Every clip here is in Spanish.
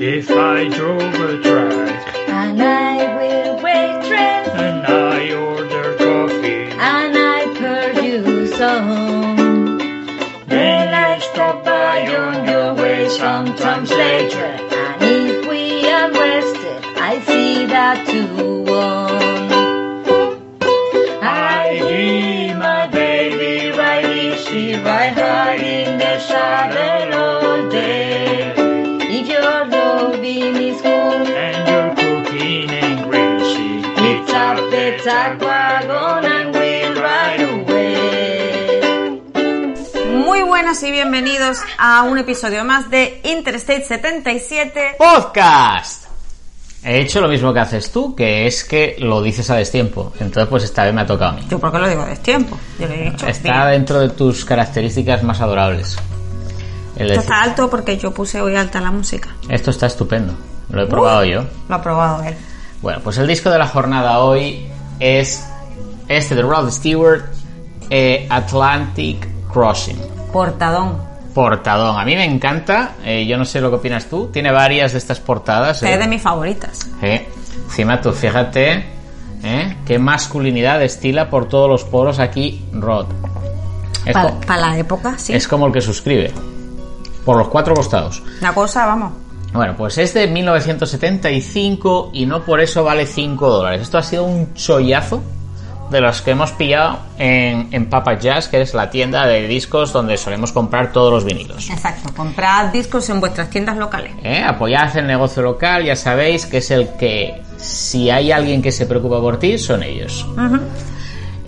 if I drove a truck And I will waitress and I ordered coffee. and I produce some. Then I stop by on your way sometimes later. And if we are wasted, I see that oh. you won. I hear my baby right easy, right hard in the saddle all day. If your loving is good, And you're cooking and greasy. it's a pizza wagon and we'll ride away. Muy buenas y bienvenidos a un episodio más de Interstate 77. podcast. He hecho lo mismo que haces tú, que es que lo dices a destiempo. Entonces, pues esta vez me ha tocado a mí. Yo por qué lo digo a destiempo. Yo lo he dicho. Está bien. dentro de tus características más adorables. El Esto decir, está alto porque yo puse hoy alta la música. esto está estupendo. Lo he probado yo. Lo ha probado él. Bueno, pues el disco de la jornada hoy es este de Rod Stewart, eh, Atlantic Crossing. Portadón. Portadón. A mí me encanta. eh, yo no sé lo que opinas tú. Tiene varias de estas portadas. Esta eh. Es de mis favoritas. Eh, Encima tú, fíjate, ¿eh? qué masculinidad destila por todos los poros aquí Rod. Es, Para co- la época, sí. es como el que suscribe, por los cuatro costados. Una cosa, vamos. Bueno, pues es de 1975 y no por eso vale 5 dólares. Esto ha sido un chollazo de los que hemos pillado en, en Papa Jazz, que es la tienda de discos donde solemos comprar todos los vinilos. Exacto. Comprad discos en vuestras tiendas locales. ¿eh? apoyad el negocio local, ya sabéis que es el que si hay alguien que se preocupa por ti, son ellos.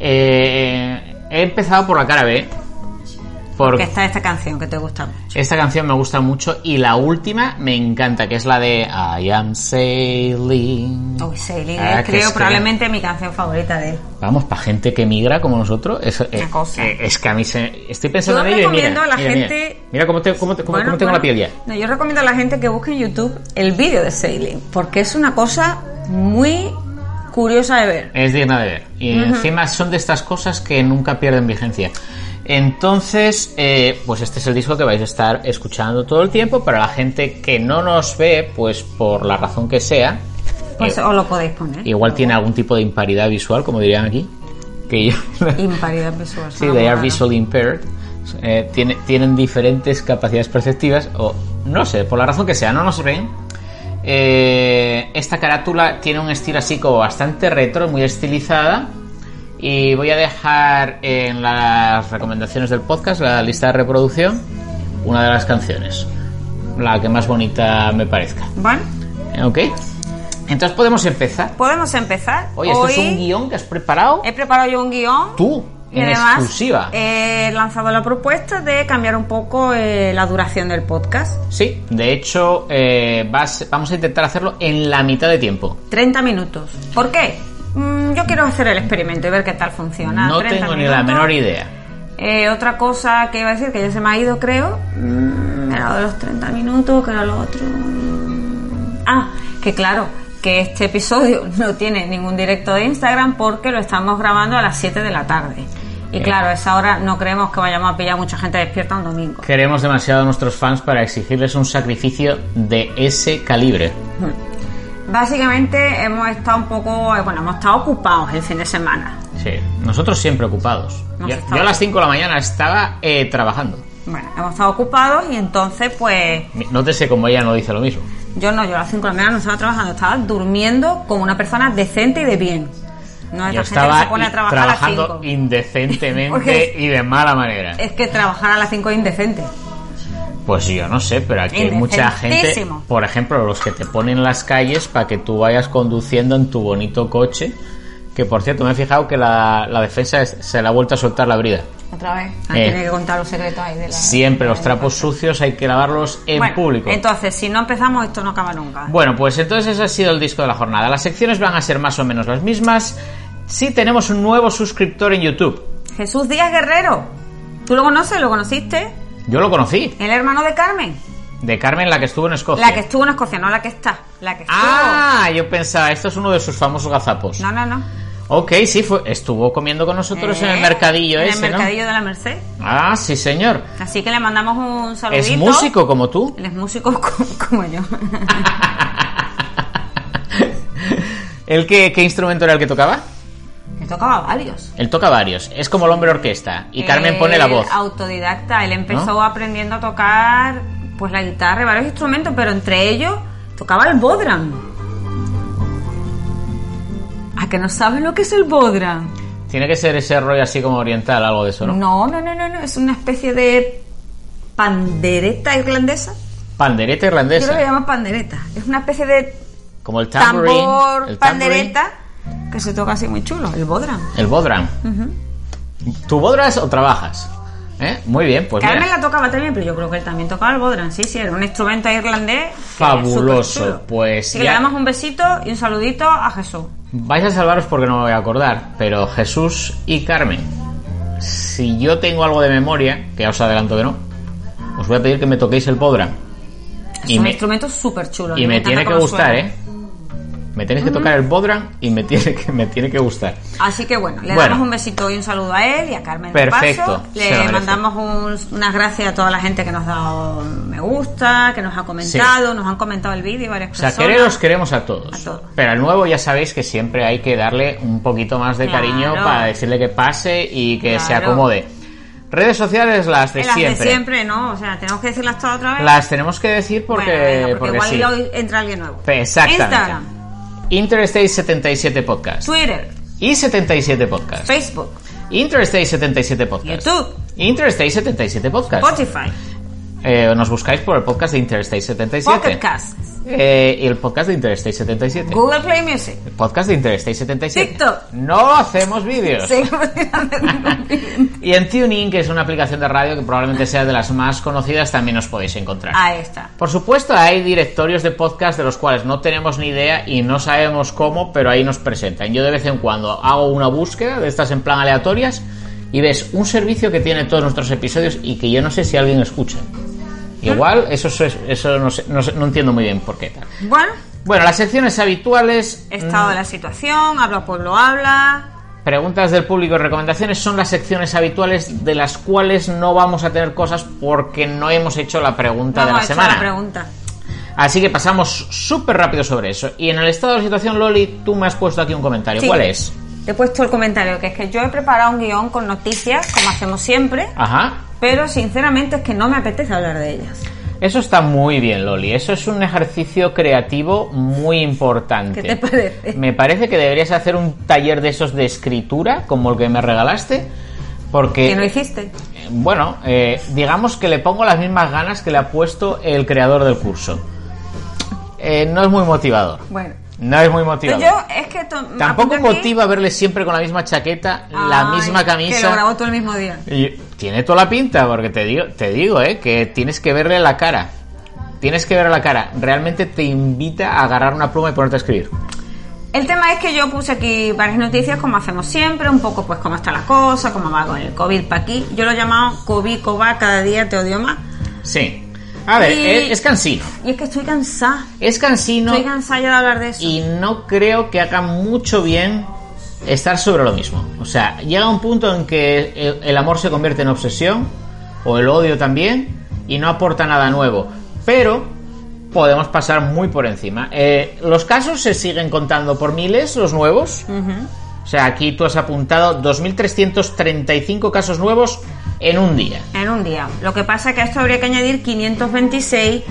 Eh, he empezado por la cara B, Que porque está esta canción que te gusta mucho. esta canción me gusta mucho y la última me encanta, que es la de I am sailing. Uy, Sailing Ah, es, que creo es que- probablemente mi canción favorita de él. Vamos, para gente que migra como nosotros, eso, eh, Una cosa. eh, es que a mí se, estoy pensando Yo en ello y recomiendo mira, a la mira, gente- mira, mira cómo, te- cómo te- cómo- Bueno, cómo tengo bueno. la piel ya. No, yo recomiendo a la gente que busque en YouTube el vídeo de Sailing, porque es una cosa muy curiosa de ver. Es digna de ver. Y encima son de estas cosas que nunca pierden vigencia. Entonces, eh, pues este es el disco que vais a estar escuchando todo el tiempo. Para la gente que no nos ve, pues por la razón que sea, Pues eh, os lo podéis poner. igual tiene algún tipo de imparidad visual, como dirían aquí. Que yo. Imparidad visual. sí, suena they muy are raro. visually impaired. Eh, tiene- tienen diferentes capacidades perceptivas, o no sé, por la razón que sea, no nos ven. Eh, esta carátula tiene un estilo así como bastante retro, muy estilizada. Y voy a dejar en las recomendaciones del podcast, la lista de reproducción, una de las canciones. La que más bonita me parezca. ¿eh? Bueno, ¿Ok? Entonces podemos empezar. podemos empezar. Oye, esto Hoy es un guión que has preparado he preparado yo un guión. tú, Y en además exclusiva. he lanzado la propuesta de cambiar un poco eh, la duración del podcast. Sí, de hecho, eh, vas- vamos a intentar hacerlo en la mitad de tiempo. 30 minutos. ¿Por qué? Mm, yo quiero hacer el experimento y ver qué tal funciona. no 30 tengo ni la minutos. menor idea. Eh, otra cosa que iba a decir, que ya se me ha ido, creo. Mm, Era lo de los 30 minutos, que era lo otro. Mm, Ah, que claro, que este episodio no tiene ningún directo de Instagram porque lo estamos grabando a las 7 de la tarde. Y Eh. claro, a esa hora no creemos que vayamos a pillar mucha gente despierta un domingo. Queremos demasiado a nuestros fans para exigirles un sacrificio de ese calibre. Básicamente hemos estado un poco, eh, bueno, hemos estado ocupados el fin de semana. Sí, nosotros siempre ocupados. Nos Yo, estamos- yo a las 5 de la mañana estaba eh, trabajando. Bueno, hemos estado ocupados y entonces pues Nótese como ella no dice lo mismo. Yo no, yo a las 5 de la mañana no estaba trabajando, estaba durmiendo como una persona decente y de bien. No es Yo la gente que estaba se pone a trabajar a trabajando las 5. Porque indecentemente y de mala manera. Es que trabajar a las 5 es indecente. Pues yo no sé, pero aquí hay mucha gente, Indecentísimo. por ejemplo, los que te ponen en las calles para que tú vayas conduciendo en tu bonito coche, que por cierto me he fijado que la, la defensa es- se le ha vuelto a soltar la brida. Otra vez. Ah, Eh. Tiene que contar los secretos ahí de la. Siempre los trapos sucios hay que lavarlos en Bueno, público. Entonces, si no empezamos, esto no acaba nunca. Bueno, pues entonces ese ha sido el disco de la jornada. Las secciones van a ser más o menos las mismas. Sí tenemos un nuevo suscriptor en YouTube. Jesús Díaz Guerrero. ¿Tú lo conoces? ¿Lo conociste? Yo lo conocí, El hermano de Carmen. de Carmen, la que estuvo en Escocia. La que estuvo en Escocia, no la que está. La que estuvo. Ah, yo pensaba, esto es uno de sus famosos gazapos. No, no, no. Ok, sí, fue, estuvo comiendo con nosotros en el Eh, mercadillo en ese, el ¿no? mercadillo de la Merced. Ah, sí, señor. Así que le mandamos un saludito. Es músico como tú. Él es músico co- como yo. ¿El qué, qué instrumento era el que tocaba? Me tocaba varios. Él toca varios. Es como el hombre orquesta. Y Carmen pone la Él, voz. Autodidacta. Él empezó aprendiendo a tocar pues la guitarra y varios instrumentos, pero entre ellos tocaba el bodram. ¿A que no sabes lo que es el bodram? Tiene que ser ese rollo así como oriental, algo de eso, ¿no? No, no, no, no, no. Es una especie de pandereta irlandesa. Pandereta Yo lo irlandesa. llamo pandereta. Es una especie de Como el tambourine. tambor, el tambourine, pandereta, que se toca así muy chulo, el bodram. El bodram. ¿Tú bodras o trabajas? ¿Eh? Muy bien, pues Carmen mira. la tocaba también, pero yo creo que él también tocaba el bodram. Sí, sí, era un instrumento irlandés. que Fabuloso, es superchulo. pues Así que ya- le damos un besito y un saludito a Jesús. Vais a salvaros porque no me voy a acordar, pero Jesús y Carmen. Si yo tengo algo de memoria, que ya os adelanto que no, os voy a pedir que me toquéis el bodram. Es Y un me, instrumento súper chulo. y me tiene que gustar, ¿eh? Me tenéis que tocar el bodram y me tiene que, me tiene que gustar. Así que bueno, le Bueno. damos un besito y un saludo a él y a Carmen. De Perfecto, paso. se lo Le merece. mandamos un- unas gracias a toda la gente que nos ha dado me gusta, que nos ha comentado, nos han comentado el vídeo varias O sea, personas. quereros queremos a todos. A todos. Pero al nuevo ya sabéis que siempre hay que darle un poquito más de Claro. cariño para decirle que pase y que se Claro. Eh, acomode. Redes sociales las de Las siempre. de siempre, ¿no? O sea, tenemos que decirlas todas otra vez. Las tenemos que decir porque, Bueno, venga, porque, porque igual sí. hoy entra alguien nuevo. Exactamente. Instagram, Interstate 77 Podcast. Twitter, Y 77 Podcast. Facebook, Interstate 77 Podcast. YouTube, Interstate 77 Podcast. Spotify, Eh, nos buscáis por el podcast de Interstate 77. Pocket Cast, Eh, y el podcast de Interstate 77. Google Play Music. El podcast de Interstate 77. TikTok. No hacemos vídeos. Seguimos tirando de- Y en Tuning, que es una aplicación de radio que probablemente sea de las más conocidas, también os podéis encontrar. Ahí está. Por supuesto, hay directorios de podcast de los cuales no tenemos ni idea y no sabemos cómo, pero ahí nos presentan. Yo de vez en cuando hago una búsqueda de estas en plan aleatorias y ves un servicio que tiene todos nuestros episodios y que yo no sé si alguien escucha. Igual, eso, es- eso no, sé- no sé- no entiendo muy bien por qué tal. Bueno, Bueno, las secciones habituales, eh, estado de la situación, habla pueblo habla. Preguntas del público y recomendaciones son las secciones habituales de las cuales no vamos a tener cosas porque no hemos hecho la pregunta de Vamos la a echar semana. la pregunta. Así que pasamos súper rápido sobre eso. Y en el estado de la situación, Loli, tú me has puesto aquí un comentario. Sí. ¿Cuál es? Te he puesto el comentario, que es que yo he preparado un guión con noticias, como hacemos siempre, Ajá. pero sinceramente es que no me apetece hablar de ellas. Eso está muy bien, Loli. Eso es un ejercicio creativo muy importante. ¿Qué te parece? Me parece que deberías hacer un taller de esos de escritura, como el que me regalaste, porque... Que no hiciste. Eh, Bueno, eh, digamos que le pongo las mismas ganas que le ha puesto el creador del curso. Eh, no es muy motivador. Bueno. pues No es muy motivador. Yo es que to- me Tampoco apunto aquí- motiva verle siempre con la misma chaqueta, la Ay, misma Que lo grabó camisa. todo el mismo día. Y tiene toda la pinta, porque te digo, te digo, eh, que tienes que verle la cara. Tienes que ver la cara. Realmente te invita a agarrar una pluma y ponerte a escribir. El tema es que yo puse aquí varias noticias, como hacemos siempre, un poco pues cómo está la cosa, cómo va con el COVID para aquí. Yo lo he llamado COVID, coba, cada día te odio más. Sí. A ver, Y- es, es cansino. Y es que estoy cansada. Es cansino. Estoy cansada ya de hablar de eso. y no creo que haga mucho bien estar sobre lo mismo. O sea, llega un punto en que el, el amor se convierte en obsesión, o el odio también, y no aporta nada nuevo. Pero podemos pasar muy por encima. Eh, los casos se siguen contando por miles, los nuevos. O sea, aquí tú has apuntado 2.335 casos nuevos en un día. En un día. Lo que pasa es que a esto habría que añadir 526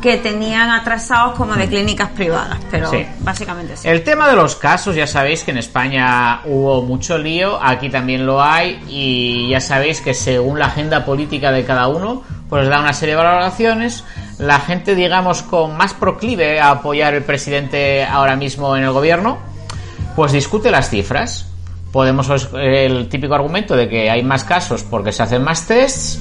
que tenían atrasados como de clínicas privadas, pero Sí. básicamente sí. El tema de los casos, ya sabéis que en España hubo mucho lío, aquí también lo hay, y ya sabéis que según la agenda política de cada uno, pues da una serie de valoraciones. La gente, digamos, con más proclive a apoyar el presidente ahora mismo en el gobierno, pues discute las cifras. Podemos os- el típico argumento de que hay más casos porque se hacen más tests.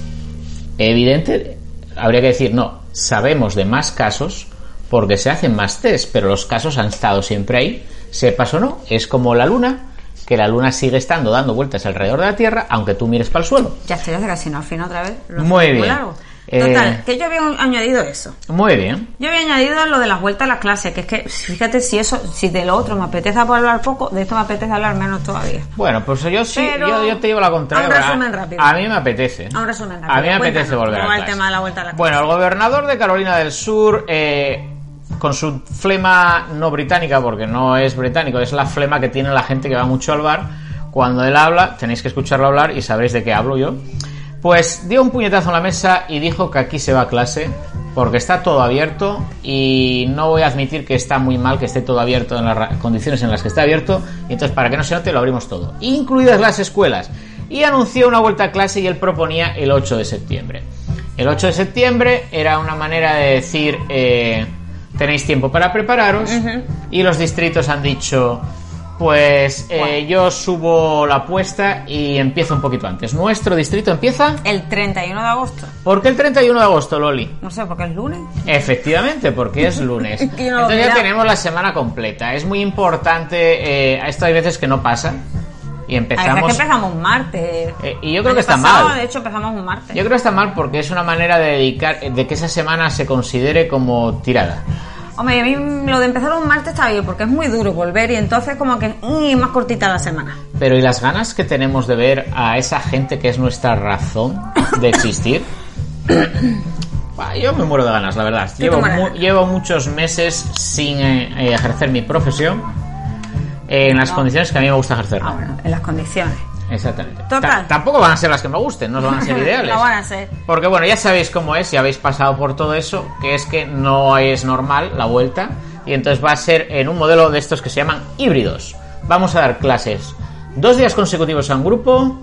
Evidente, habría que decir, no, sabemos de más casos porque se hacen más tests, pero los casos han estado siempre ahí, sepas o no, es como la luna, que la luna sigue estando dando vueltas alrededor de la Tierra, aunque tú mires para el suelo. Ya estoy desgraciando al fin otra vez. Lo Muy hacemos bien. largo. Total, Eh, que yo había añadido eso. muy bien. Yo había añadido lo de las vueltas a las clases, que es que fíjate si eso, si de lo otro me apetece hablar poco, de esto me apetece hablar menos todavía. Bueno, pues yo sí, Pero- yo, yo te llevo la contraria. A un ¿verdad? resumen rápido. A mí me apetece. A un resumen A mí rápido. me apetece Cuéntanos, volver a ¿cómo va el clase. tema de la vuelta a las Bueno, el gobernador de Carolina del Sur, eh, con su flema no británica, porque no es británico, es la flema que tiene la gente que va mucho al bar. Cuando él habla, tenéis que escucharlo hablar y sabréis de qué hablo yo. Pues dio un puñetazo en la mesa y dijo que aquí se va a clase porque está todo abierto y no voy a admitir que está muy mal que esté todo abierto en las ra- condiciones en las que está abierto. Y entonces, para que no se note, lo abrimos todo, incluidas las escuelas. Y anunció una vuelta a clase y él proponía el 8 de septiembre. El 8 de septiembre era una manera de decir, eh, tenéis tiempo para prepararos. Y los distritos han dicho, pues eh, yo subo la apuesta y empiezo un poquito antes. Nuestro distrito empieza... El 31 de agosto. ¿Por qué el 31 de agosto, Loli? No sé, porque es lunes. Efectivamente, porque es lunes. Que no lo Entonces ya mira. tenemos la semana completa. Es muy importante. eh, esto hay veces que no pasa. Y A veces empezamos. que empezamos un martes. Eh, y yo El creo que año está pasado, mal. De hecho, empezamos un martes. Yo creo que está mal porque es una manera de dedicar. de que esa semana se considere como tirada. Hombre, a mí lo de empezar un martes está bien, porque es muy duro volver y entonces como que mm, más cortita la semana. Pero ¿y las ganas que tenemos de ver a esa gente que es nuestra razón de existir? Bah, Yo me muero de ganas, la verdad. te Llevo, mueres de mu- llevo muchos meses sin eh, eh, ejercer mi profesión eh, en las condiciones que a mí me gusta ejercerla. Ah, bueno, en las condiciones. Exactamente. Total. Ta- tampoco van a ser las que me gusten, no van a ser ideales. No van a ser. Porque bueno, ya sabéis cómo es, si habéis pasado por todo eso, que es que no es normal la vuelta. Y entonces va a ser en un modelo de estos que se llaman híbridos. Vamos a dar clases dos días consecutivos a un grupo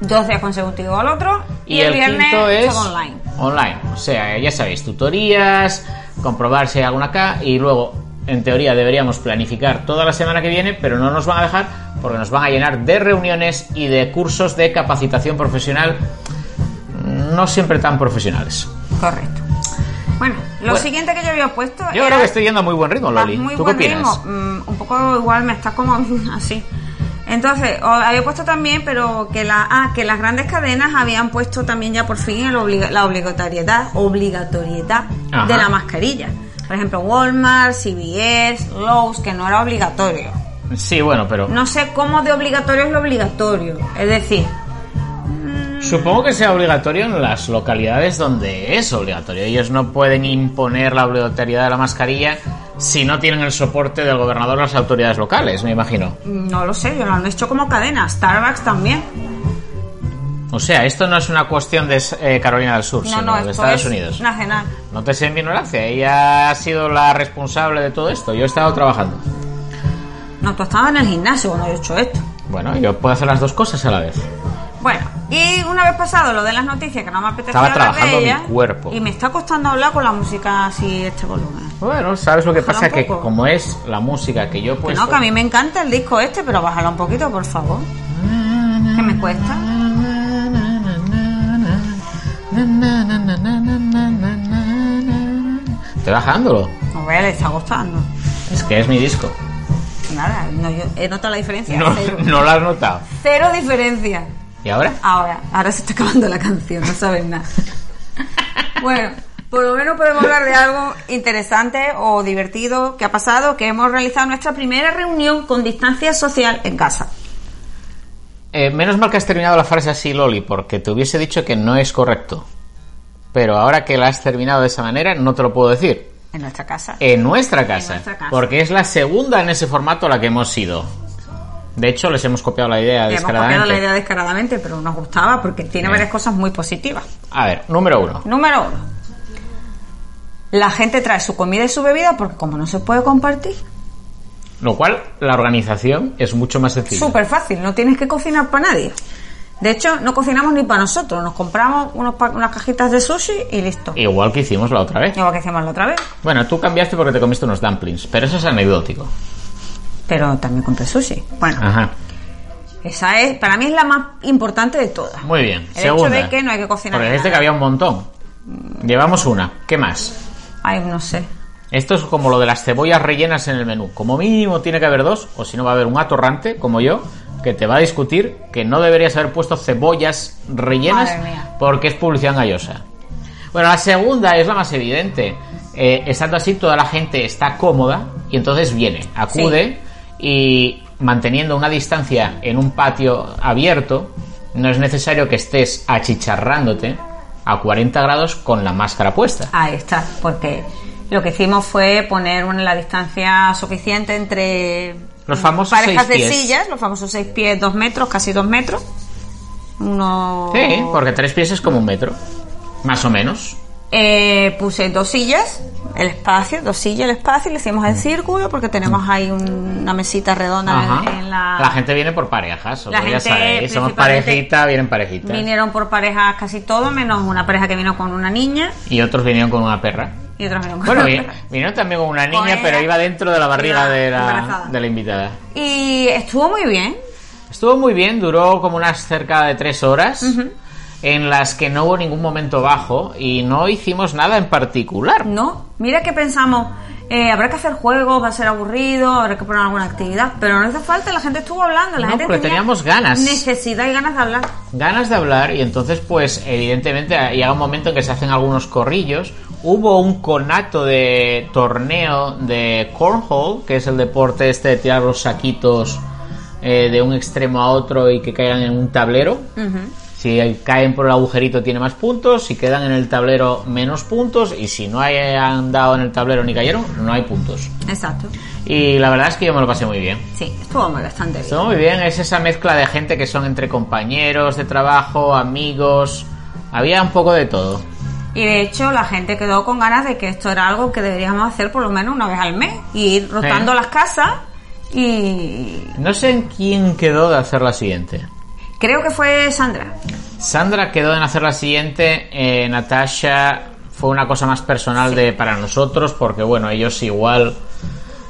Dos días consecutivos al otro y, y, el, viernes quinto es todo online. online. O sea, ya sabéis, tutorías, comprobar si hay alguna acá y luego, en teoría, deberíamos planificar toda la semana que viene, pero no nos van a dejar porque nos van a llenar de reuniones y de cursos de capacitación profesional no siempre tan profesionales. Correcto. Bueno, lo Bueno. siguiente que yo había puesto Yo era- creo que estoy yendo a muy buen ritmo, Vas Loli. muy ¿Tú buen qué opinas? ritmo. Mm, un poco igual me está como así. Entonces, o- había puesto también, pero que la ah, que las grandes cadenas habían puesto también ya por fin el obliga- la obligatoriedad, obligatoriedad Ajá. de la mascarilla. Por ejemplo, Walmart, CVS, Lowe's, que no era obligatorio. Sí, bueno, pero No sé cómo de obligatorio es lo obligatorio. Es decir, supongo que sea obligatorio en las localidades donde es obligatorio. Ellos no pueden imponer la obligatoriedad de la mascarilla si no tienen el soporte del gobernador o las autoridades locales, me imagino. no lo sé, yo lo han hecho como cadena. Starbucks también. O sea, esto no es una cuestión de eh, Carolina del Sur, No, sino no, de esto Estados es Unidos. nacional. No te sé en mi ignorancia, ella ha sido la responsable de todo esto. Yo he estado trabajando. No, tú estabas en el gimnasio cuando yo he hecho esto. Bueno, yo puedo hacer las dos cosas a la vez. Bueno, y una vez pasado lo de las noticias, que no me apetece Estaba hablar trabajando de mi ellas, cuerpo. Y me está costando hablar con la música así, este volumen. Bueno, ¿sabes lo que Ojalá pasa? un Que poco. como es la música que yo he Que puesto... no, que a mí me encanta el disco este, pero bájala un poquito, por favor. Que me cuesta. Estoy bajándolo. No vea, le está costando. Es que es mi disco. Nada, no, yo he notado la diferencia. No, cero. no lo has notado. Cero diferencia. ¿Y ahora? Ahora, ahora se está acabando la canción, no sabes nada. Bueno, por lo menos podemos hablar de algo interesante o divertido que ha pasado, que hemos realizado nuestra primera reunión con distancia social en casa. Eh, menos mal que has terminado la frase así, Loli, porque te hubiese dicho que no es correcto. Pero ahora que la has terminado de esa manera, no te lo puedo decir. En nuestra casa. En nuestra casa. nuestra casa. Porque es la segunda en ese formato a la que hemos ido. De hecho, les hemos copiado la idea Le hemos copiado descaradamente. la idea descaradamente, pero nos gustaba porque tiene Bien. varias cosas muy positivas. A ver, número uno. Número uno. La gente trae su comida y su bebida porque como no se puede compartir, Lo cual, la organización es mucho más sencilla. súper fácil, no tienes que cocinar para nadie. De hecho, no cocinamos ni para nosotros, nos compramos unos pa- unas cajitas de sushi y listo. Igual que hicimos la otra vez. Igual que hicimos la otra vez, Bueno, tú cambiaste porque te comiste unos dumplings, pero eso es anecdótico. pero también compré sushi. Bueno, Ajá. esa es, para mí es la más importante de todas. Muy bien. El Segunda. hecho de que no hay que cocinar. Porque ni dijiste que nada. Mm. había un montón. Llevamos una. ¿Qué más? Ay, no sé. Esto es como lo de las cebollas rellenas en el menú. Como mínimo tiene que haber dos, o si no va a haber un atorrante, como yo, que te va a discutir que no deberías haber puesto cebollas rellenas Madre mía. porque es publicidad gallosa. Bueno, la segunda es la más evidente. Eh, estando así, toda la gente está cómoda y entonces viene, acude y manteniendo una distancia en un patio abierto, no es necesario que estés achicharrándote a 40 grados con la máscara puesta. Ahí está, porque lo que hicimos fue poner una, la distancia suficiente entre Los famosos parejas seis de pies. sillas, los famosos seis pies, dos metros, casi dos metros. Uno. Sí, porque tres pies es como un metro, más o menos. Eh, puse dos sillas, el espacio, dos sillas, el espacio, y le hicimos Mm. el círculo porque tenemos ahí un- una mesita redonda en, Ajá. en la. La gente viene por parejas, La o ya gente, sabéis, somos principalmente, parejita, vienen parejitas. Vinieron por parejas casi todo, menos una pareja que vino con una niña Y otros vinieron con una perra. y otros vinieron con Bueno, otra. vi- vinieron también con Con una niña, ella. pero iba dentro de la barriga Iba de la, embarazada. de la invitada. Y estuvo muy bien. Estuvo muy bien, duró como unas cerca de tres horas, en las que no hubo ningún momento bajo y no hicimos nada en particular. No, mira que pensamos, eh, habrá que hacer juegos, va a ser aburrido, habrá que poner alguna actividad, pero no hizo falta, la gente estuvo hablando, la No, gente porque tenía teníamos ganas. Necesidad y ganas de hablar. ganas de hablar y entonces pues evidentemente llega un momento en que se hacen algunos corrillos. Hubo un conato de torneo de cornhole, que es el deporte este de tirar los saquitos eh, de un extremo a otro y que caigan en un tablero. Si caen por el agujerito tiene más puntos, si quedan en el tablero menos puntos y si no hayan dado en el tablero ni cayeron, no hay puntos. Exacto. Y la verdad es que yo me lo pasé muy bien. Sí, estuvo muy bastante bien. Estuvo muy bien, es esa mezcla de gente que son entre compañeros de trabajo, amigos. Había un poco de todo. Y de hecho la gente quedó con ganas de que esto era algo que deberíamos hacer por lo menos una vez al mes. Y ir rotando Sí. las casas y... No sé en quién quedó de hacer la siguiente. Creo que fue Sandra. Sandra quedó en hacer la siguiente, eh, Natasha fue una cosa más personal de para nosotros porque bueno, ellos igual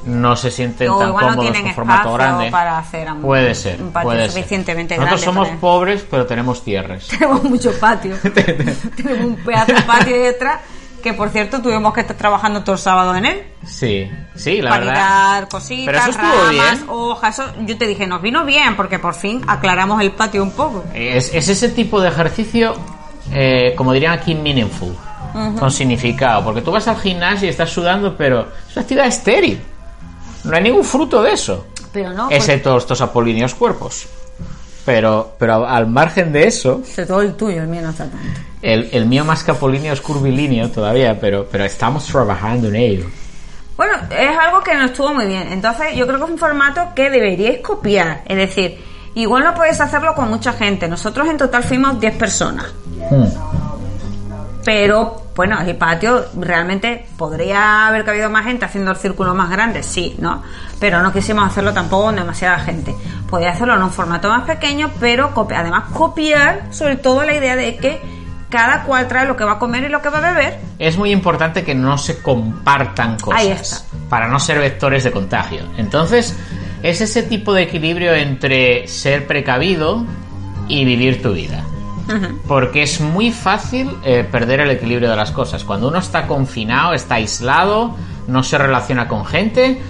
no se sienten O tan igual no cómodos tienen con formato espacio grande. para hacer un- puede ser, un patio puede ser. suficientemente Nosotros grande somos para- pobres, pero tenemos tierras. tenemos mucho patio. tenemos un pedazo de patio detrás que, por cierto, tuvimos que estar trabajando todo el sábado en él. Sí, sí, la para verdad. tirar cositas, Pero eso estuvo ramas, bien. hojas. eso- yo te dije, nos vino bien porque por fin aclaramos el patio un poco. Es, es ese tipo de ejercicio, eh, como dirían aquí, meaningful, con significado. Porque tú vas al gimnasio y estás sudando, pero es una actividad estéril. No hay ningún fruto de eso. Pero no, pues, excepto estos apolíneos cuerpos. Pero, pero al margen de eso, sobre todo el tuyo, el mío no está tanto. el, el mío más que apolíneo es curvilíneo todavía, pero, pero estamos trabajando en ello. Bueno, es algo que no estuvo muy bien. Entonces, yo creo que es un formato que deberíais copiar. Es decir, igual no podéis hacerlo con mucha gente. Nosotros en total fuimos 10 personas. Mm. Pero bueno, el patio realmente podría haber cabido más gente haciendo el círculo más grande, sí, ¿no? Pero no quisimos hacerlo tampoco con demasiada gente. Podría hacerlo en un formato más pequeño, pero copi- además copiar sobre todo la idea de que cada cual trae lo que va a comer y lo que va a beber. Es muy importante que no se compartan cosas. Ahí está. Para no ser vectores de contagio. Entonces, es ese tipo de equilibrio entre ser precavido y vivir tu vida. Porque es muy fácil eh, perder el equilibrio de las cosas. Cuando uno está confinado, está aislado, no se relaciona con gente,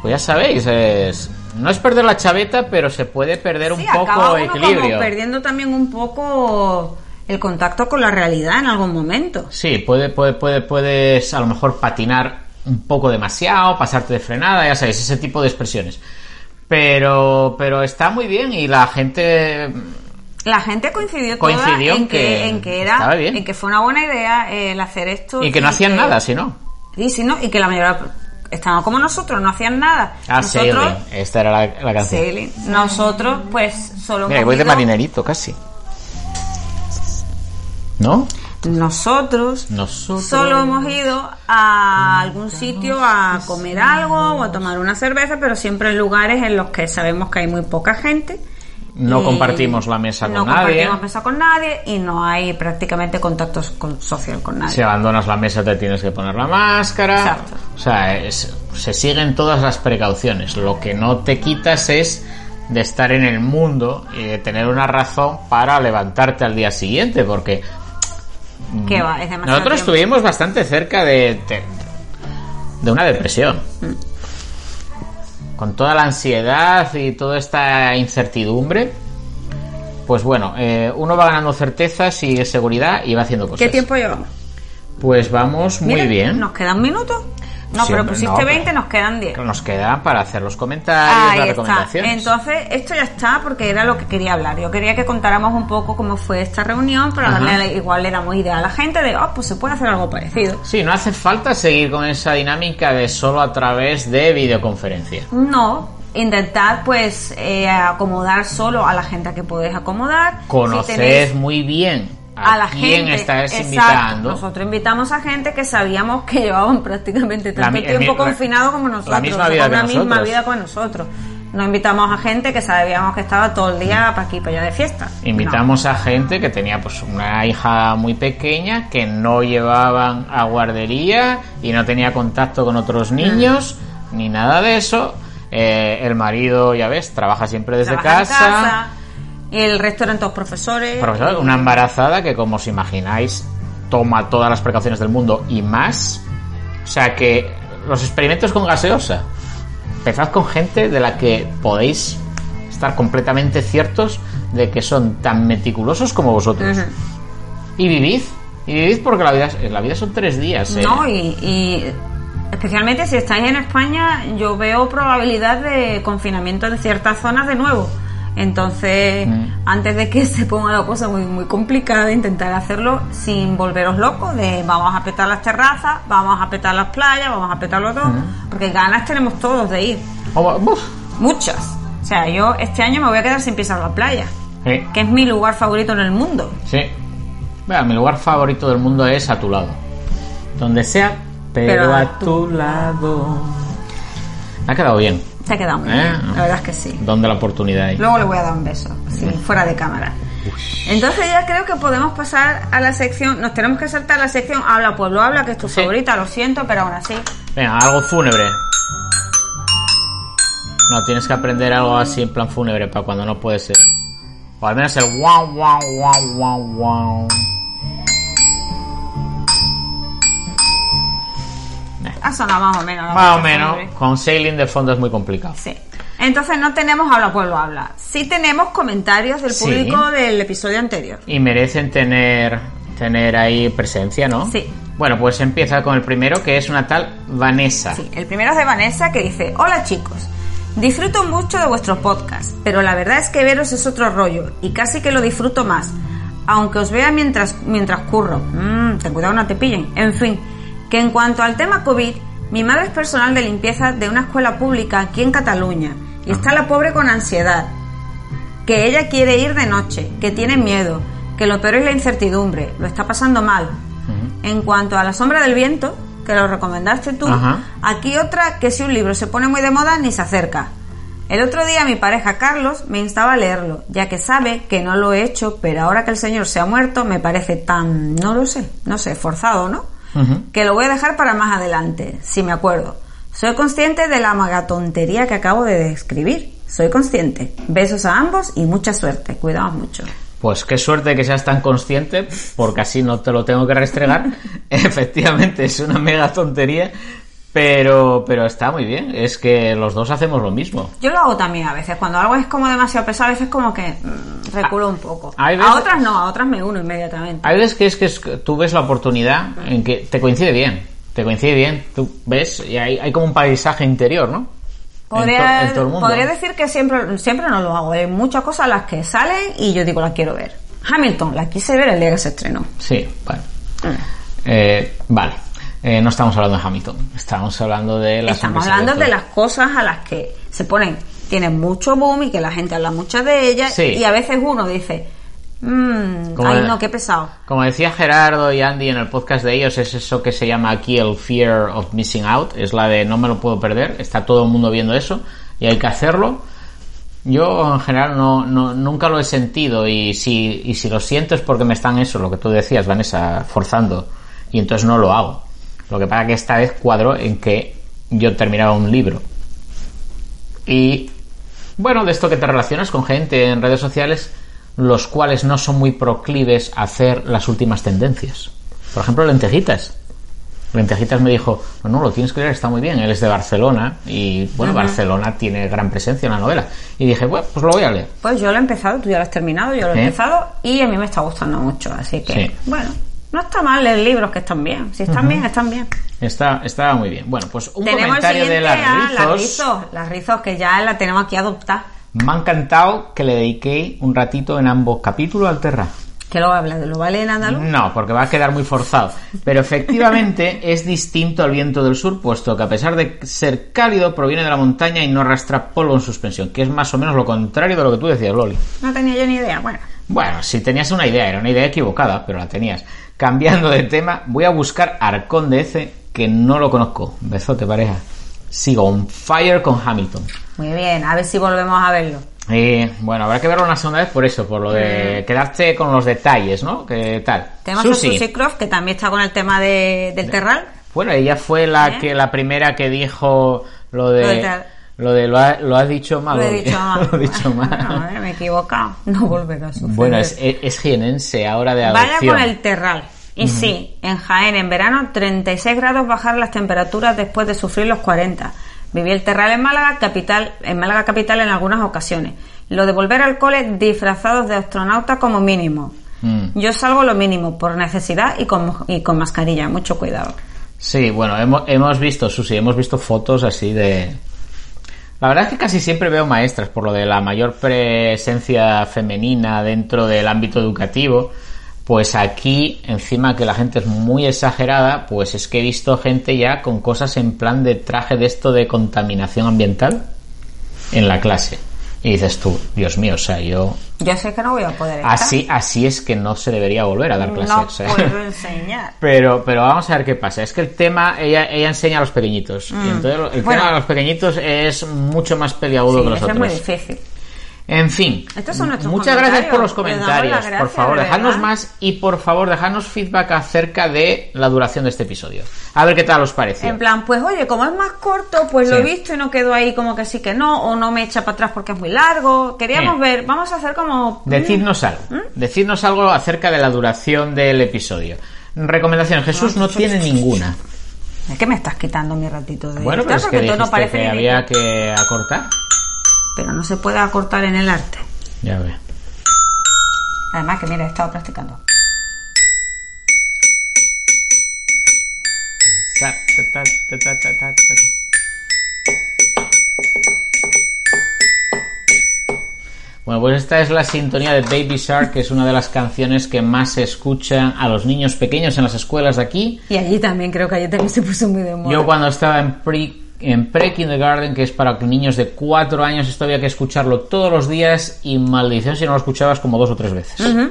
pues ya sabéis, es- no es perder la chaveta, pero se puede perder Sí, un acaba poco uno equilibrio. como perdiendo también un poco el contacto con la realidad en algún momento. Sí, puede, puede, puede, puedes a lo mejor patinar un poco demasiado, pasarte de frenada, ya sabes, ese tipo de expresiones. Pero, pero está muy bien y la gente La gente coincidió, toda Coincidió en que, que en que estaba era bien. en que fue una buena idea eh, el hacer esto y que no hacían nada, si no. Y si no, y que la mayoría estaban como nosotros, no hacían nada. Ah, nosotros, sailing. Esta era la, la canción. Sailing. Nosotros, pues, solo Mira, hemos voy de ido- marinerito casi. ¿No? Nosotros Nosotros. solo hemos ido a algún sitio a comer algo o a tomar una cerveza, pero siempre en lugares en los que sabemos que hay muy poca gente. No Y compartimos la mesa con No nadie. compartimos mesa con nadie y no hay prácticamente contactos con- social con nadie. Si abandonas la mesa te tienes que poner la máscara. Exacto. O sea, es- se siguen todas las precauciones. Lo que no te quitas es de estar en el mundo y de tener una razón para levantarte al día siguiente, porque Que va, es demasiado nosotros tiempo. estuvimos bastante cerca de, de, de una depresión. Mm. Con toda la ansiedad y toda esta incertidumbre, pues bueno, eh, uno va ganando certezas y seguridad y va haciendo cosas. ¿Qué tiempo llevamos? Pues vamos muy Mira, bien. Nos quedan minutos. No, Sí, pero hombre, pusiste no, pero- 20, nos quedan 10. Nos queda para hacer los comentarios, Ahí las está. recomendaciones. Entonces, esto ya está porque era lo que quería hablar. Yo quería que contáramos un poco cómo fue esta reunión, pero Ajá. darle- igual le damos idea a la gente de, oh, pues se puede hacer algo parecido. Sí, no hace falta seguir con esa dinámica de solo a través de videoconferencia. No, intentar pues eh, acomodar solo a la gente que podéis acomodar. Si Conocer tenéis muy bien a, a la quién gente. estás exacto. invitando. Nosotros invitamos a gente que sabíamos que llevaban prácticamente tanto mi- el tiempo mi- la- confinado como nosotros. la misma o sea, vida con que la misma nosotros. vida con nosotros. No invitamos a gente que sabíamos que estaba todo el día para aquí, para allá de fiesta. Invitamos a gente que tenía pues una hija muy pequeña, que no llevaban a guardería y no tenía contacto con Mm. otros niños, ni nada de eso. Eh, el marido, ya ves, trabaja siempre No, desde trabaja en casa. El resto eran todos profesores. Profesora, una embarazada que, como os imagináis, toma todas las precauciones del mundo y más. O sea que los experimentos con gaseosa. Empezad con gente de la que podéis estar completamente ciertos de que son tan meticulosos como vosotros. Ujú. Y vivid. Y vivid porque la vida, es- la vida son tres días. ¿eh? No, y, y especialmente si estáis en España, yo veo probabilidad de confinamiento en ciertas zonas de nuevo. Entonces, Mm. antes de que se ponga la cosa muy, muy complicada, intentar hacerlo sin volveros locos, de vamos a petar las terrazas, vamos a petar las playas, vamos a petarlo todo, porque ganas tenemos todos de ir, Oh, buf. muchas. O sea, yo este año me voy a quedar sin pisar la playa, Sí, que es mi lugar favorito en el mundo. sí. Bueno, mi lugar favorito del mundo es a tu lado. Donde sea, pero, Pero a a, tu lado. Me ha quedado bien. Se ha quedado muy Eh. bien, la verdad es que sí. ¿Dónde la oportunidad hay? Luego le voy a dar un beso, así, fuera de cámara. Entonces ya creo que podemos pasar a la sección, nos tenemos que saltar a la sección Habla Pueblo Habla, que es tu Sí. favorita, lo siento, pero aún así. Venga, algo fúnebre. No, tienes que aprender algo así en plan fúnebre para cuando no puede ser. O al menos el wow, wow, wow, wow, wow. Ha sonado más o menos. ¿no? Más o Porque menos, fúnebre. con sailing de fondo es muy complicado. Sí. Entonces no tenemos Habla Pueblo Habla. Sí tenemos comentarios del Sí. público del episodio anterior. Y merecen tener, tener ahí presencia, ¿no? Sí. Bueno, pues empieza con el primero, que es una tal Vanessa. Sí, el primero es de Vanessa que dice, hola chicos, disfruto mucho de vuestros podcasts, pero la verdad es que veros es otro rollo y casi que lo disfruto más, aunque os vea mientras, mientras curro. Mm, ten cuidado, no te pillen. En fin, que en cuanto al tema COVID, mi madre es personal de limpieza de una escuela pública aquí en Cataluña y está la pobre con ansiedad que ella quiere ir de noche, que tiene miedo, que lo peor es la incertidumbre, lo está pasando mal. En cuanto a La sombra del viento, que lo recomendaste tú, Ajá. aquí otra que si un libro se pone muy de moda ni se acerca. El otro día mi pareja Carlos me instaba a leerlo, ya que sabe que no lo he hecho, pero ahora que el señor se ha muerto me parece tan, no lo sé, no sé, forzado, ¿no? Ujú. que lo voy a dejar para más adelante, si me acuerdo. Soy consciente de la magatontería que acabo de describir. Soy consciente. Besos a ambos y mucha suerte. Cuidaos mucho. Pues qué suerte que seas tan consciente, porque así no te lo tengo que restregar. Efectivamente, es una mega tontería, pero, pero está muy bien. Es que los dos hacemos lo mismo. Yo lo hago también a veces. Cuando algo es como demasiado pesado, a veces como que mm, reculo un poco. Ah, hay A veces- Ah, otras no, a otras me uno inmediatamente. Hay veces que es que es que tú ves la oportunidad en que te coincide bien. Te coincide bien, tú ves, y hay, hay como un paisaje interior, ¿no? En to- Podría, en todo el mundo. podría decir que siempre, siempre no lo hago. Hay muchas cosas las que salen y yo digo, las quiero ver. Hamilton, la quise ver el día que se estrenó. Sí, bueno. Eh, vale. Eh, no estamos hablando de Hamilton, estamos hablando de la Estamos sonrisa hablando todo. de las cosas a las que se ponen, tienen mucho boom y que la gente habla mucho de ellas. Sí. Y a veces uno dice, mmm, Como ay de- no, qué pesado. Como decía Gerardo y Andy en el podcast de ellos, es eso que se llama aquí el fear of missing out, es la de no me lo puedo perder, está todo el mundo viendo eso y hay que hacerlo. Yo en general no, no- nunca lo he sentido y si, y si lo siento es porque me están eso, lo que tú decías, Vanessa, forzando y entonces no lo hago. Lo que pasa que esta vez cuadro en que yo terminaba un libro y bueno, de esto que te relacionas con gente en redes sociales, los cuales no son muy proclives a hacer las últimas tendencias. Por ejemplo, lentejitas. Lentejitas me dijo, no, no, lo tienes que leer, está muy bien, él es de Barcelona y bueno, Barcelona tiene gran presencia en la novela. Y dije, bueno, pues lo voy a leer. Pues yo lo he empezado, tú ya lo has terminado, yo lo he ¿Eh? empezado y a mí me está gustando mucho. Así que, Sí. bueno, No está mal leer libros que están bien. Si están bien, están bien. Está, está muy bien. Bueno, pues un tenemos el comentario siguiente de a las las rizos. rizos. Las rizos que ya la tenemos aquí adoptada. Me ha encantado que le dediquéis un ratito en ambos capítulos al Terra. Que lo habla de lo vale en andaluz. No, porque va a quedar muy forzado. Pero efectivamente es distinto al viento del sur, puesto que a pesar de ser cálido, proviene de la montaña y no arrastra polvo en suspensión, que es más o menos lo contrario de lo que tú decías, Loli. No tenía yo ni idea. Bueno, Bueno, si tenías una idea, era una idea equivocada, pero la tenías. Cambiando de tema, voy a buscar Arcón de Ece, que no lo conozco. Besote, pareja. Sigo on fire con Hamilton. muy bien. A ver si volvemos a verlo. Eh, bueno, habrá que verlo una segunda vez por eso, por lo de quedarte con los detalles, ¿no? ¿Qué tal? Tenemos a Susie Croft, que también está con el tema de- del terral. Bueno, ella fue la ¿Eh? que la primera que dijo lo Lo de del lo, tal. de lo, ha- Ah, lo has dicho mal. Lo he Loli. dicho mal. Lo he dicho mal. No, eh, me he equivocado. No volverá a suceder. bueno, es, es, es jienense ahora de Vaya adopción. con el terral. Y sí, en Jaén en verano 36 grados bajar las temperaturas después de sufrir los 40. Viví el terral en Málaga capital, en Málaga capital en algunas ocasiones. Lo de volver al cole disfrazados de astronauta como mínimo. Mm. Yo salgo lo mínimo por necesidad y con, y con mascarilla, mucho cuidado. Sí, bueno, hemos, hemos visto, Susi, hemos visto fotos así de... La verdad es que casi siempre veo maestras por lo de la mayor presencia femenina dentro del ámbito educativo. Pues aquí, encima que la gente es muy exagerada, pues es que he visto gente ya con cosas en plan de traje de esto de contaminación ambiental en la clase. Y dices tú, Dios mío, o sea, yo... Yo sé que no voy a poder estar. Así, así es que no se debería volver a Ah, dar clases. ¿eh? no o sea. puedo enseñar. Pero, pero vamos a ver qué pasa. Es que el tema, ella, ella enseña a los pequeñitos. Y entonces el Mm. Bueno. tema de los pequeñitos es mucho más peliagudo Sí, que los eso es muy otros. difícil. en fin. Estos son nuestros muchas gracias por los comentarios. Les damos comentarios. las gracias, por favor, de dejadnos verdad. más y por favor, dejadnos feedback acerca de la duración de este episodio. A ver qué tal os parece. En plan, pues oye, como es más corto, pues lo Sí. he visto y no quedó ahí como que sí que no, o no me echa para atrás porque es muy largo. Queríamos Eh. ver, vamos a hacer como... Decidnos algo. ¿Mm? Decidnos algo acerca de la duración del episodio. Recomendaciones. Ah, Jesús no tiene ninguna. mm, Es que me estás quitando mi ratito de Bueno, pero editar es que porque todo dijiste no parece que ni había editar. que acortar. Pero no se puede acortar en el arte. Ya ves. Además que mira, he estado practicando. Ta, ta, ta, ta, ta, ta, ta, ta. Bueno, pues esta es la sintonía de Baby Shark, que es una de las canciones que más se escuchan a los niños pequeños en las escuelas de aquí. Y allí también creo que allí también se puso muy de moda. Yo cuando estaba en pre en pre-kindergarten, que es para niños de 4 años, esto había que escucharlo todos los días y maldición si no lo escuchabas como dos o tres veces. Ujú.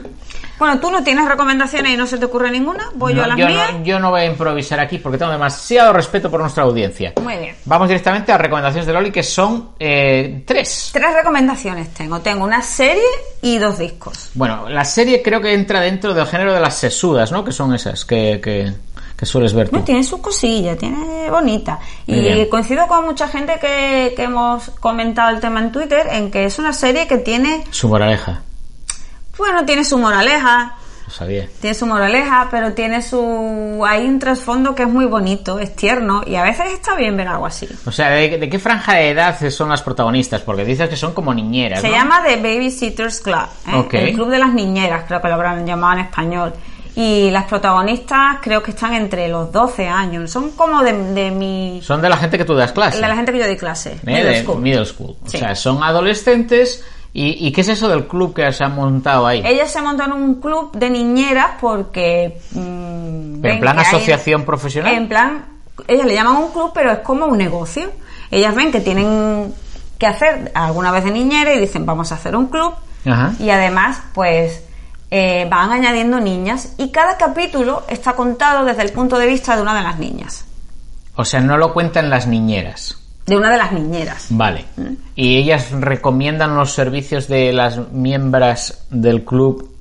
Bueno, tú no tienes recomendaciones y no se te ocurre ninguna, voy yo No, a las yo, mías. no, yo no voy a improvisar aquí porque tengo demasiado respeto por nuestra audiencia. Muy bien. Vamos directamente a recomendaciones de Loli, que son eh, tres. Tres recomendaciones tengo. Tengo una serie y dos discos. Bueno, la serie creo que entra dentro del género de las sesudas, ¿no? Que son esas que, que- que sueles ver tú. No, tiene sus cosillas, tiene bonita. Muy bien. Y coincido con mucha gente que, que hemos comentado el tema en Twitter, en que es una serie que tiene, Su moraleja, bueno, tiene su moraleja, lo sabía. tiene su moraleja, pero tiene su... Hay un trasfondo que es muy bonito, es tierno, y a veces está bien ver algo así. O sea, ¿de, de qué franja de edad son las protagonistas? Porque dices que son como niñeras, Se ¿no? llama The Babysitters Club, ¿eh? Ok. el Club de las Niñeras, creo que lo habrán llamado en español. Y las protagonistas creo que están entre los 12 años, son como de, de mi... Son de la gente que tú das clase. De la gente que yo di clase. ¿eh? middle De school. middle school. O Sí. sea, son adolescentes. ¿Y, y qué es eso del club que se ha montado ahí? Ella se montó en un club de niñeras porque. mm, ¿Pero ven en plan que hay- asociación profesional? En plan. Ellas le llaman un club, pero es como un negocio. Ellas ven que tienen que hacer alguna vez de niñera y dicen, vamos a hacer un club. Ajá. Y además, pues. eh, van añadiendo niñas y cada capítulo está contado desde el punto de vista de una de las niñas. O sea, no lo cuentan las niñeras. De una de las niñeras. Vale. Mm. ¿Y ellas recomiendan los servicios de las miembros del club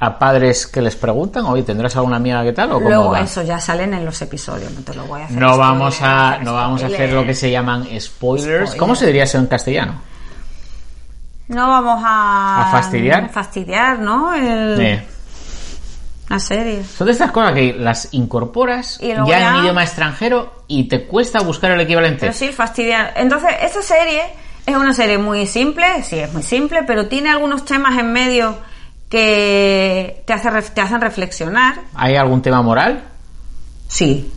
a padres que les preguntan? Oye, ¿tendrás alguna amiga que tal? ¿O cómo Luego, va? eso ya salen en los episodios, no te lo voy a hacer. No vamos spoiler, a, hacer no vamos a hacer spoiler. lo que se llaman spoilers. Spoiler. ¿Cómo se diría eso en castellano? No vamos a... ¿A fastidiar? fastidiar, ¿no? El- Eh, La serie. Son de estas cosas que las incorporas Y ya, luego en ya- un idioma extranjero y te cuesta buscar el equivalente. Pero sí, fastidiar. Entonces, esta serie es una serie muy simple, sí, es muy simple, pero tiene algunos temas en medio que te, hace ref- te hacen reflexionar. ¿Hay algún tema moral? Sí,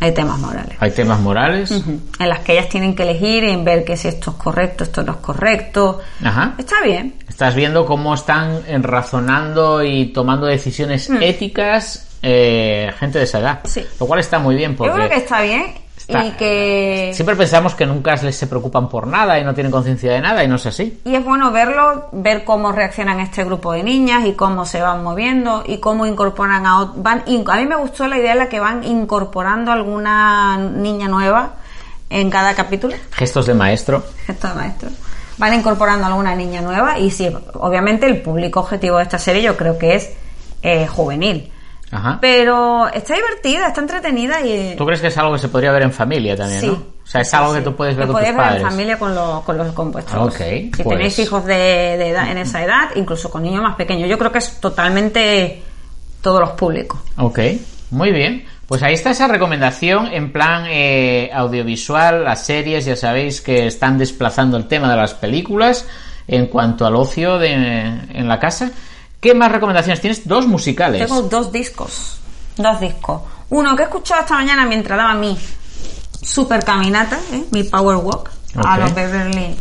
hay temas morales. ¿Hay temas morales? Ujú. En las que ellas tienen que elegir en ver que si esto es correcto, esto no es correcto. Ajá. Está bien. Estás viendo cómo están eh, razonando y tomando decisiones éticas eh, gente de esa edad. Mm. Sí. Lo cual está muy bien Yo creo que porque está bien está- y que... siempre pensamos que nunca les se preocupan por nada y no tienen conciencia de nada y no es así. Y es bueno verlo, ver cómo reaccionan este grupo de niñas y cómo se van moviendo y cómo incorporan a ot- van in- A mí me gustó la idea en la que van incorporando alguna niña nueva en cada capítulo. Gestos de maestro. Esto de maestro. Van incorporando alguna niña nueva y sí, obviamente el público objetivo de esta serie yo creo que es eh, juvenil. Ajá. Pero está divertida, está entretenida y... ¿Tú crees que es algo que se podría ver en familia también, Sí. no? O sea, es algo Sí, que tú puedes sí. ver Lo con tus podéis ver padres. en familia con los, con los con vuestros. Ok, si pues. tenéis hijos de, de edad, en esa edad, incluso con niños más pequeños. Yo creo que es totalmente todos los públicos. Ok, muy bien. Pues ahí está esa recomendación en plan eh, audiovisual, las series, ya sabéis que están desplazando el tema de las películas en cuanto al ocio de, en la casa. ¿Qué más recomendaciones? Tienes dos musicales. Tengo dos discos. Dos discos. Uno que he escuchado esta mañana mientras daba mi super caminata, ¿eh? mi power walk a Ok. los Beverly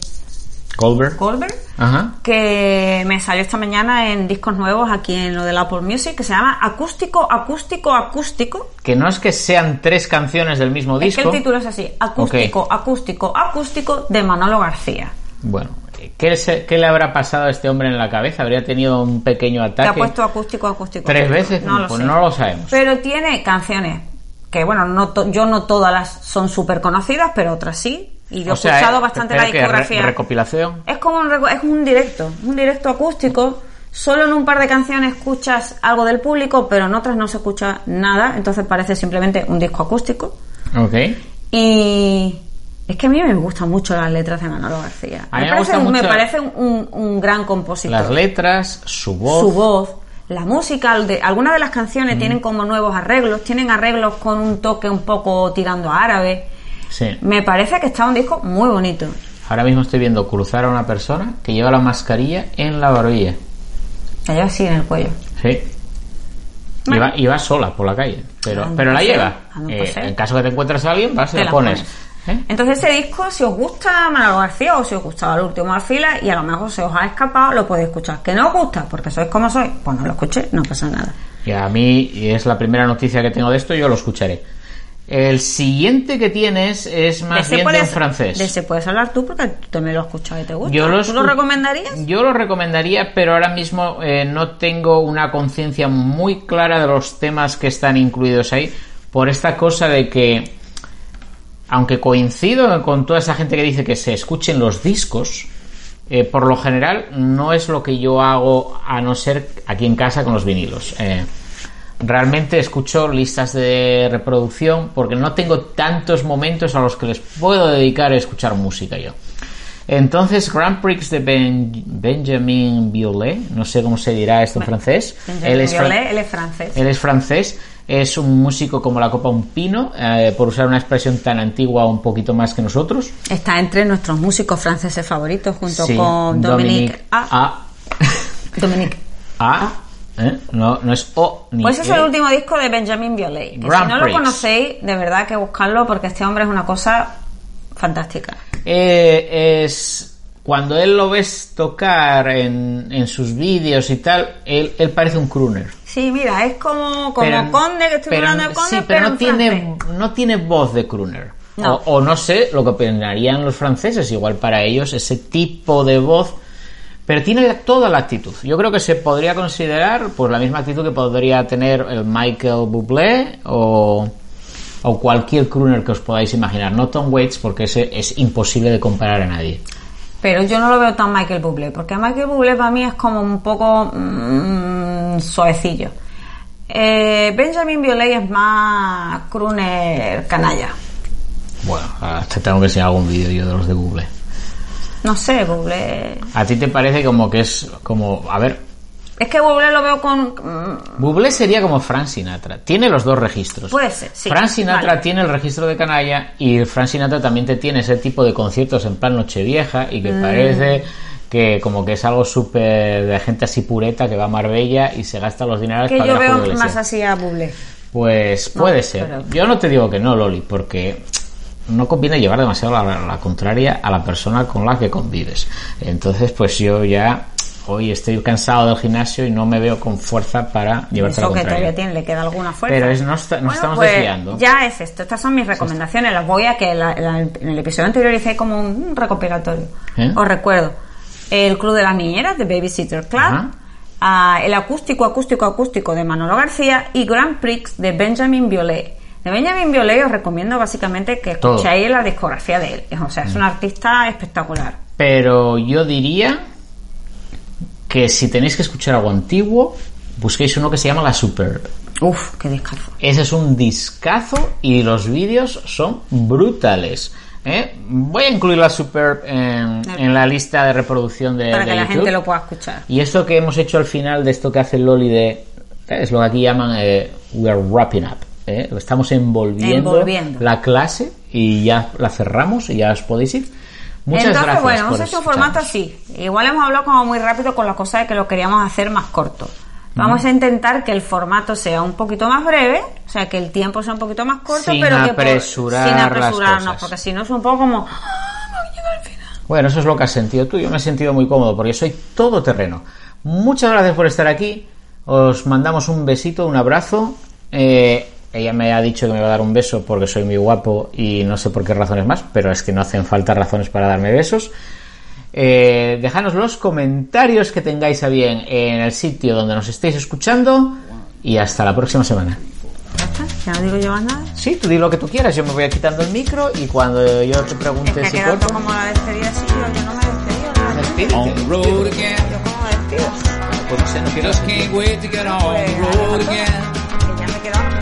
Goldberg. Goldberg. Ajá. que me salió esta mañana en discos nuevos aquí en lo del Apple Music que se llama acústico acústico acústico Que no es que sean tres canciones del mismo Es que disco. el título es así, acústico, acústico, acústico de Manolo García. Bueno, ¿qué, se- qué le habrá pasado a este hombre en la cabeza? ¿Habría tenido un pequeño Te ha ataque? puesto acústico, acústico. ¿Tres acústico. veces? No lo Pues sé. no lo sabemos. Pero tiene canciones que, bueno, no to- yo no todas las son súper conocidas, pero otras sí. Y yo O he sea, escuchado eh, bastante espera la que re- discografía. recopilación. es como un, reco- es un directo, un directo acústico. Solo en un par de canciones escuchas algo del público, pero en otras no se escucha nada. Entonces parece simplemente un disco acústico. Ok. Y es que a mí me gustan mucho las letras de Manolo García. A mí me parece, gusta un- me mucho- parece un, un gran compositor. Las letras, su voz. Mm. Su voz, la música, el de- algunas de las canciones tienen como nuevos arreglos, tienen arreglos con un toque un poco tirando a árabe. Sí. Me parece que está un disco muy bonito. Ahora mismo estoy viendo cruzar a una persona que lleva la mascarilla en la barbilla. La lleva así en el cuello. Sí. Y va, y va sola por la calle. Pero, Anda pero la por Ah, ser, lleva. anda por Eh, ser. en caso que te encuentres a alguien, vas y Te la la pones. ¿Eh? Entonces ese disco, si os gusta Manolo García o si os gustaba la última fila y a lo mejor se os ha escapado, lo podéis escuchar. Que no os gusta, porque sois como sois, pues no lo escuchéis, no pasa nada. Y a mí, y es la primera noticia que tengo de esto, yo lo escucharé. El siguiente que tienes es más ese bien de puedes- un francés. Este de ese puedes hablar tú porque tú también lo has escuchado y te gusta. Yo lo ¿Tú lo escu- recomendarías? Yo lo recomendaría, pero ahora mismo eh, no tengo una conciencia muy clara de los temas que están incluidos ahí. Por esta cosa de que, aunque coincido con toda esa gente que dice que se escuchen los discos, eh, por lo general no es lo que yo hago a no ser aquí en casa con los vinilos. Eh, realmente escucho listas de reproducción porque no tengo tantos momentos a los que les puedo dedicar a escuchar música yo. Entonces, Grand Prix de Ben- Benjamin Violet, no sé cómo se dirá esto en francés. Benjamin Él es fran- Violet, él es francés. él es francés, es un músico como la copa un pino, eh, por usar una expresión tan antigua un poquito más que nosotros. Está entre nuestros músicos franceses favoritos junto Sí, con Dominique. Dominique Ah, Dominique. A. A, ¿eh? No, no es O ni Ah. Pues ese E. es el último disco de Benjamin Violet. Que si Grand no lo Prix. conocéis, de verdad que buscarlo porque este hombre es una cosa fantástica. Eh, es cuando él lo ves tocar en, en sus vídeos y tal, él, él parece un crooner. Sí, mira, es como, como Pero- Conde, que estoy pero- hablando de Conde, sí, pero pero no en tiene, francés. no tiene voz de crooner. No. O, o no sé lo que opinarían los franceses, igual para ellos ese tipo de voz. Pero tiene toda la actitud. Yo creo que se podría considerar pues la misma actitud que podría tener el Michael Bublé o, o cualquier crooner que os podáis imaginar. No Tom Waits, porque ese es imposible de comparar a nadie. Pero yo no lo veo tan Michael Bublé, porque Michael Bublé para mí es como un poco mm, suavecillo. Eh, Benjamin Violet es más crooner canalla. Bueno, ah, te tengo que enseñar algún vídeo yo de los de Bublé. No sé, Bublé. ¿A ti te parece como que es como... A ver, Es que Bublé lo veo con... mm, Bublé sería como Frank Sinatra. Tiene los dos registros. Puede ser, Pues, sí. Frank Sinatra Vale. tiene el registro de Mm. canalla y Frank Sinatra también te tiene ese tipo de conciertos en plan Nochevieja y que parece que como que es algo súper de gente así pureta que va a Marbella y se gasta los dineros Que para yo ver a Julio veo más Iglesias. así a Buble. Pues puede No, ser. pero- Yo no te digo que no, Loli, porque no conviene llevar demasiado la, la contraria a la persona con la que convives. Entonces, pues yo ya hoy estoy cansado del gimnasio y no me veo con fuerza para llevarte la Eso que todavía contraria. tiene, le queda alguna fuerza. Pero es- nos, nos Bueno, estamos pues, desviando. Ya es esto, estas son mis recomendaciones. Las voy a que la- la- en el episodio anterior hice como un recopilatorio. ¿Eh? Os recuerdo: El Club de las Niñeras de Babysitter Club, Ajá. ah, El Acústico, Acústico, Acústico de Manolo García y Grand Prix de Benjamin Biolay. De Benjamin Biolay os recomiendo básicamente que Todo. Mm. escuchéis la discografía de él. O sea, es un artista espectacular. Pero yo diría que si tenéis que escuchar algo antiguo, busquéis uno que se llama La Super. Uf, qué descalzo. Ese es un discazo y los vídeos son brutales. ¿eh? Voy a incluir la Super en, en la lista de reproducción de, Para Eh, de que la YouTube. gente lo pueda escuchar. Y esto que hemos hecho al final de esto que hace Loli de... ¿eh? Es lo que aquí llaman eh, We are wrapping up. ¿eh? Estamos envolviendo, Envolviendo. la clase y ya la cerramos y ya os podéis ir. Muchas Entonces, gracias. bueno, hemos por hecho un formato escucharnos. así. Igual hemos hablado como muy rápido con la cosa de que lo queríamos hacer más corto. Vamos a intentar que el formato sea un poquito más breve, o sea, que el tiempo sea un poquito más corto, Sin pero que por- apresurar sin las apresurarnos, cosas. porque si no es un poco como "Ah, Bueno, eso es lo que has sentido tú. Yo me he sentido muy cómodo porque soy todoterreno. Muchas gracias por estar aquí. Os mandamos un besito, un abrazo. Eh, ella me ha dicho que me va a dar un beso porque soy muy guapo y no sé por qué razones más, pero es que no hacen falta razones para darme besos. Eh, dejadnos los comentarios que tengáis a bien en el sitio donde nos estéis escuchando y hasta la próxima semana. ya está, ya no digo yo más nada. Sí, tú di lo que tú quieras, yo me voy quitando el micro y cuando yo te Es que pregunte ha si quedado corto, todo como la despedida así, yo, yo no me he despedido, realmente, despídete. On the road again, yo como despido, Porque se nos I just can't wait to get on the road again. que ya me he quedado.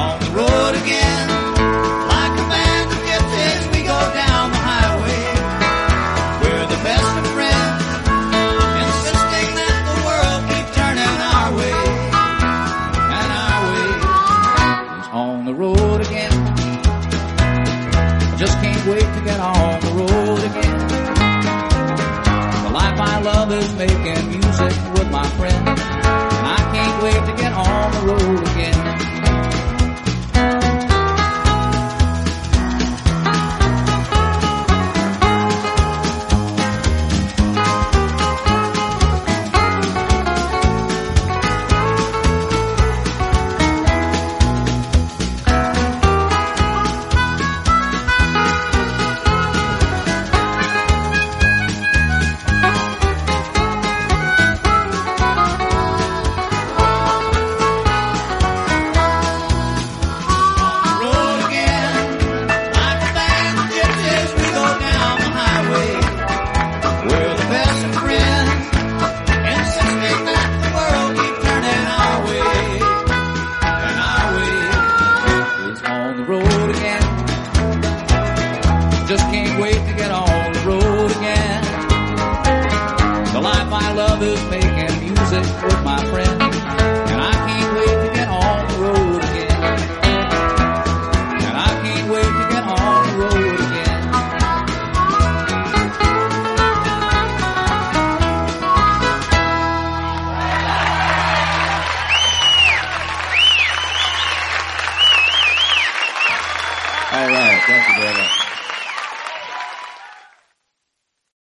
On the road again, like a band of gypsies, we go down the highway. We're the best of friends, insisting that the world keep turning our way. And our way is on the road again. Just can't wait to get on the road again. The life I love is making music with my friends. And I can't wait to get on the road again. road again. Like a band of gypsies, we go down the highway. We're the best of friends, insisting that the world keep turning our way. And our way is on the road again. Just can't wait to get on the road again. The life I love is making music with my friends. And I can't wait to get on the road again. And I can't wait to get on the road again. All right. Thank you very much.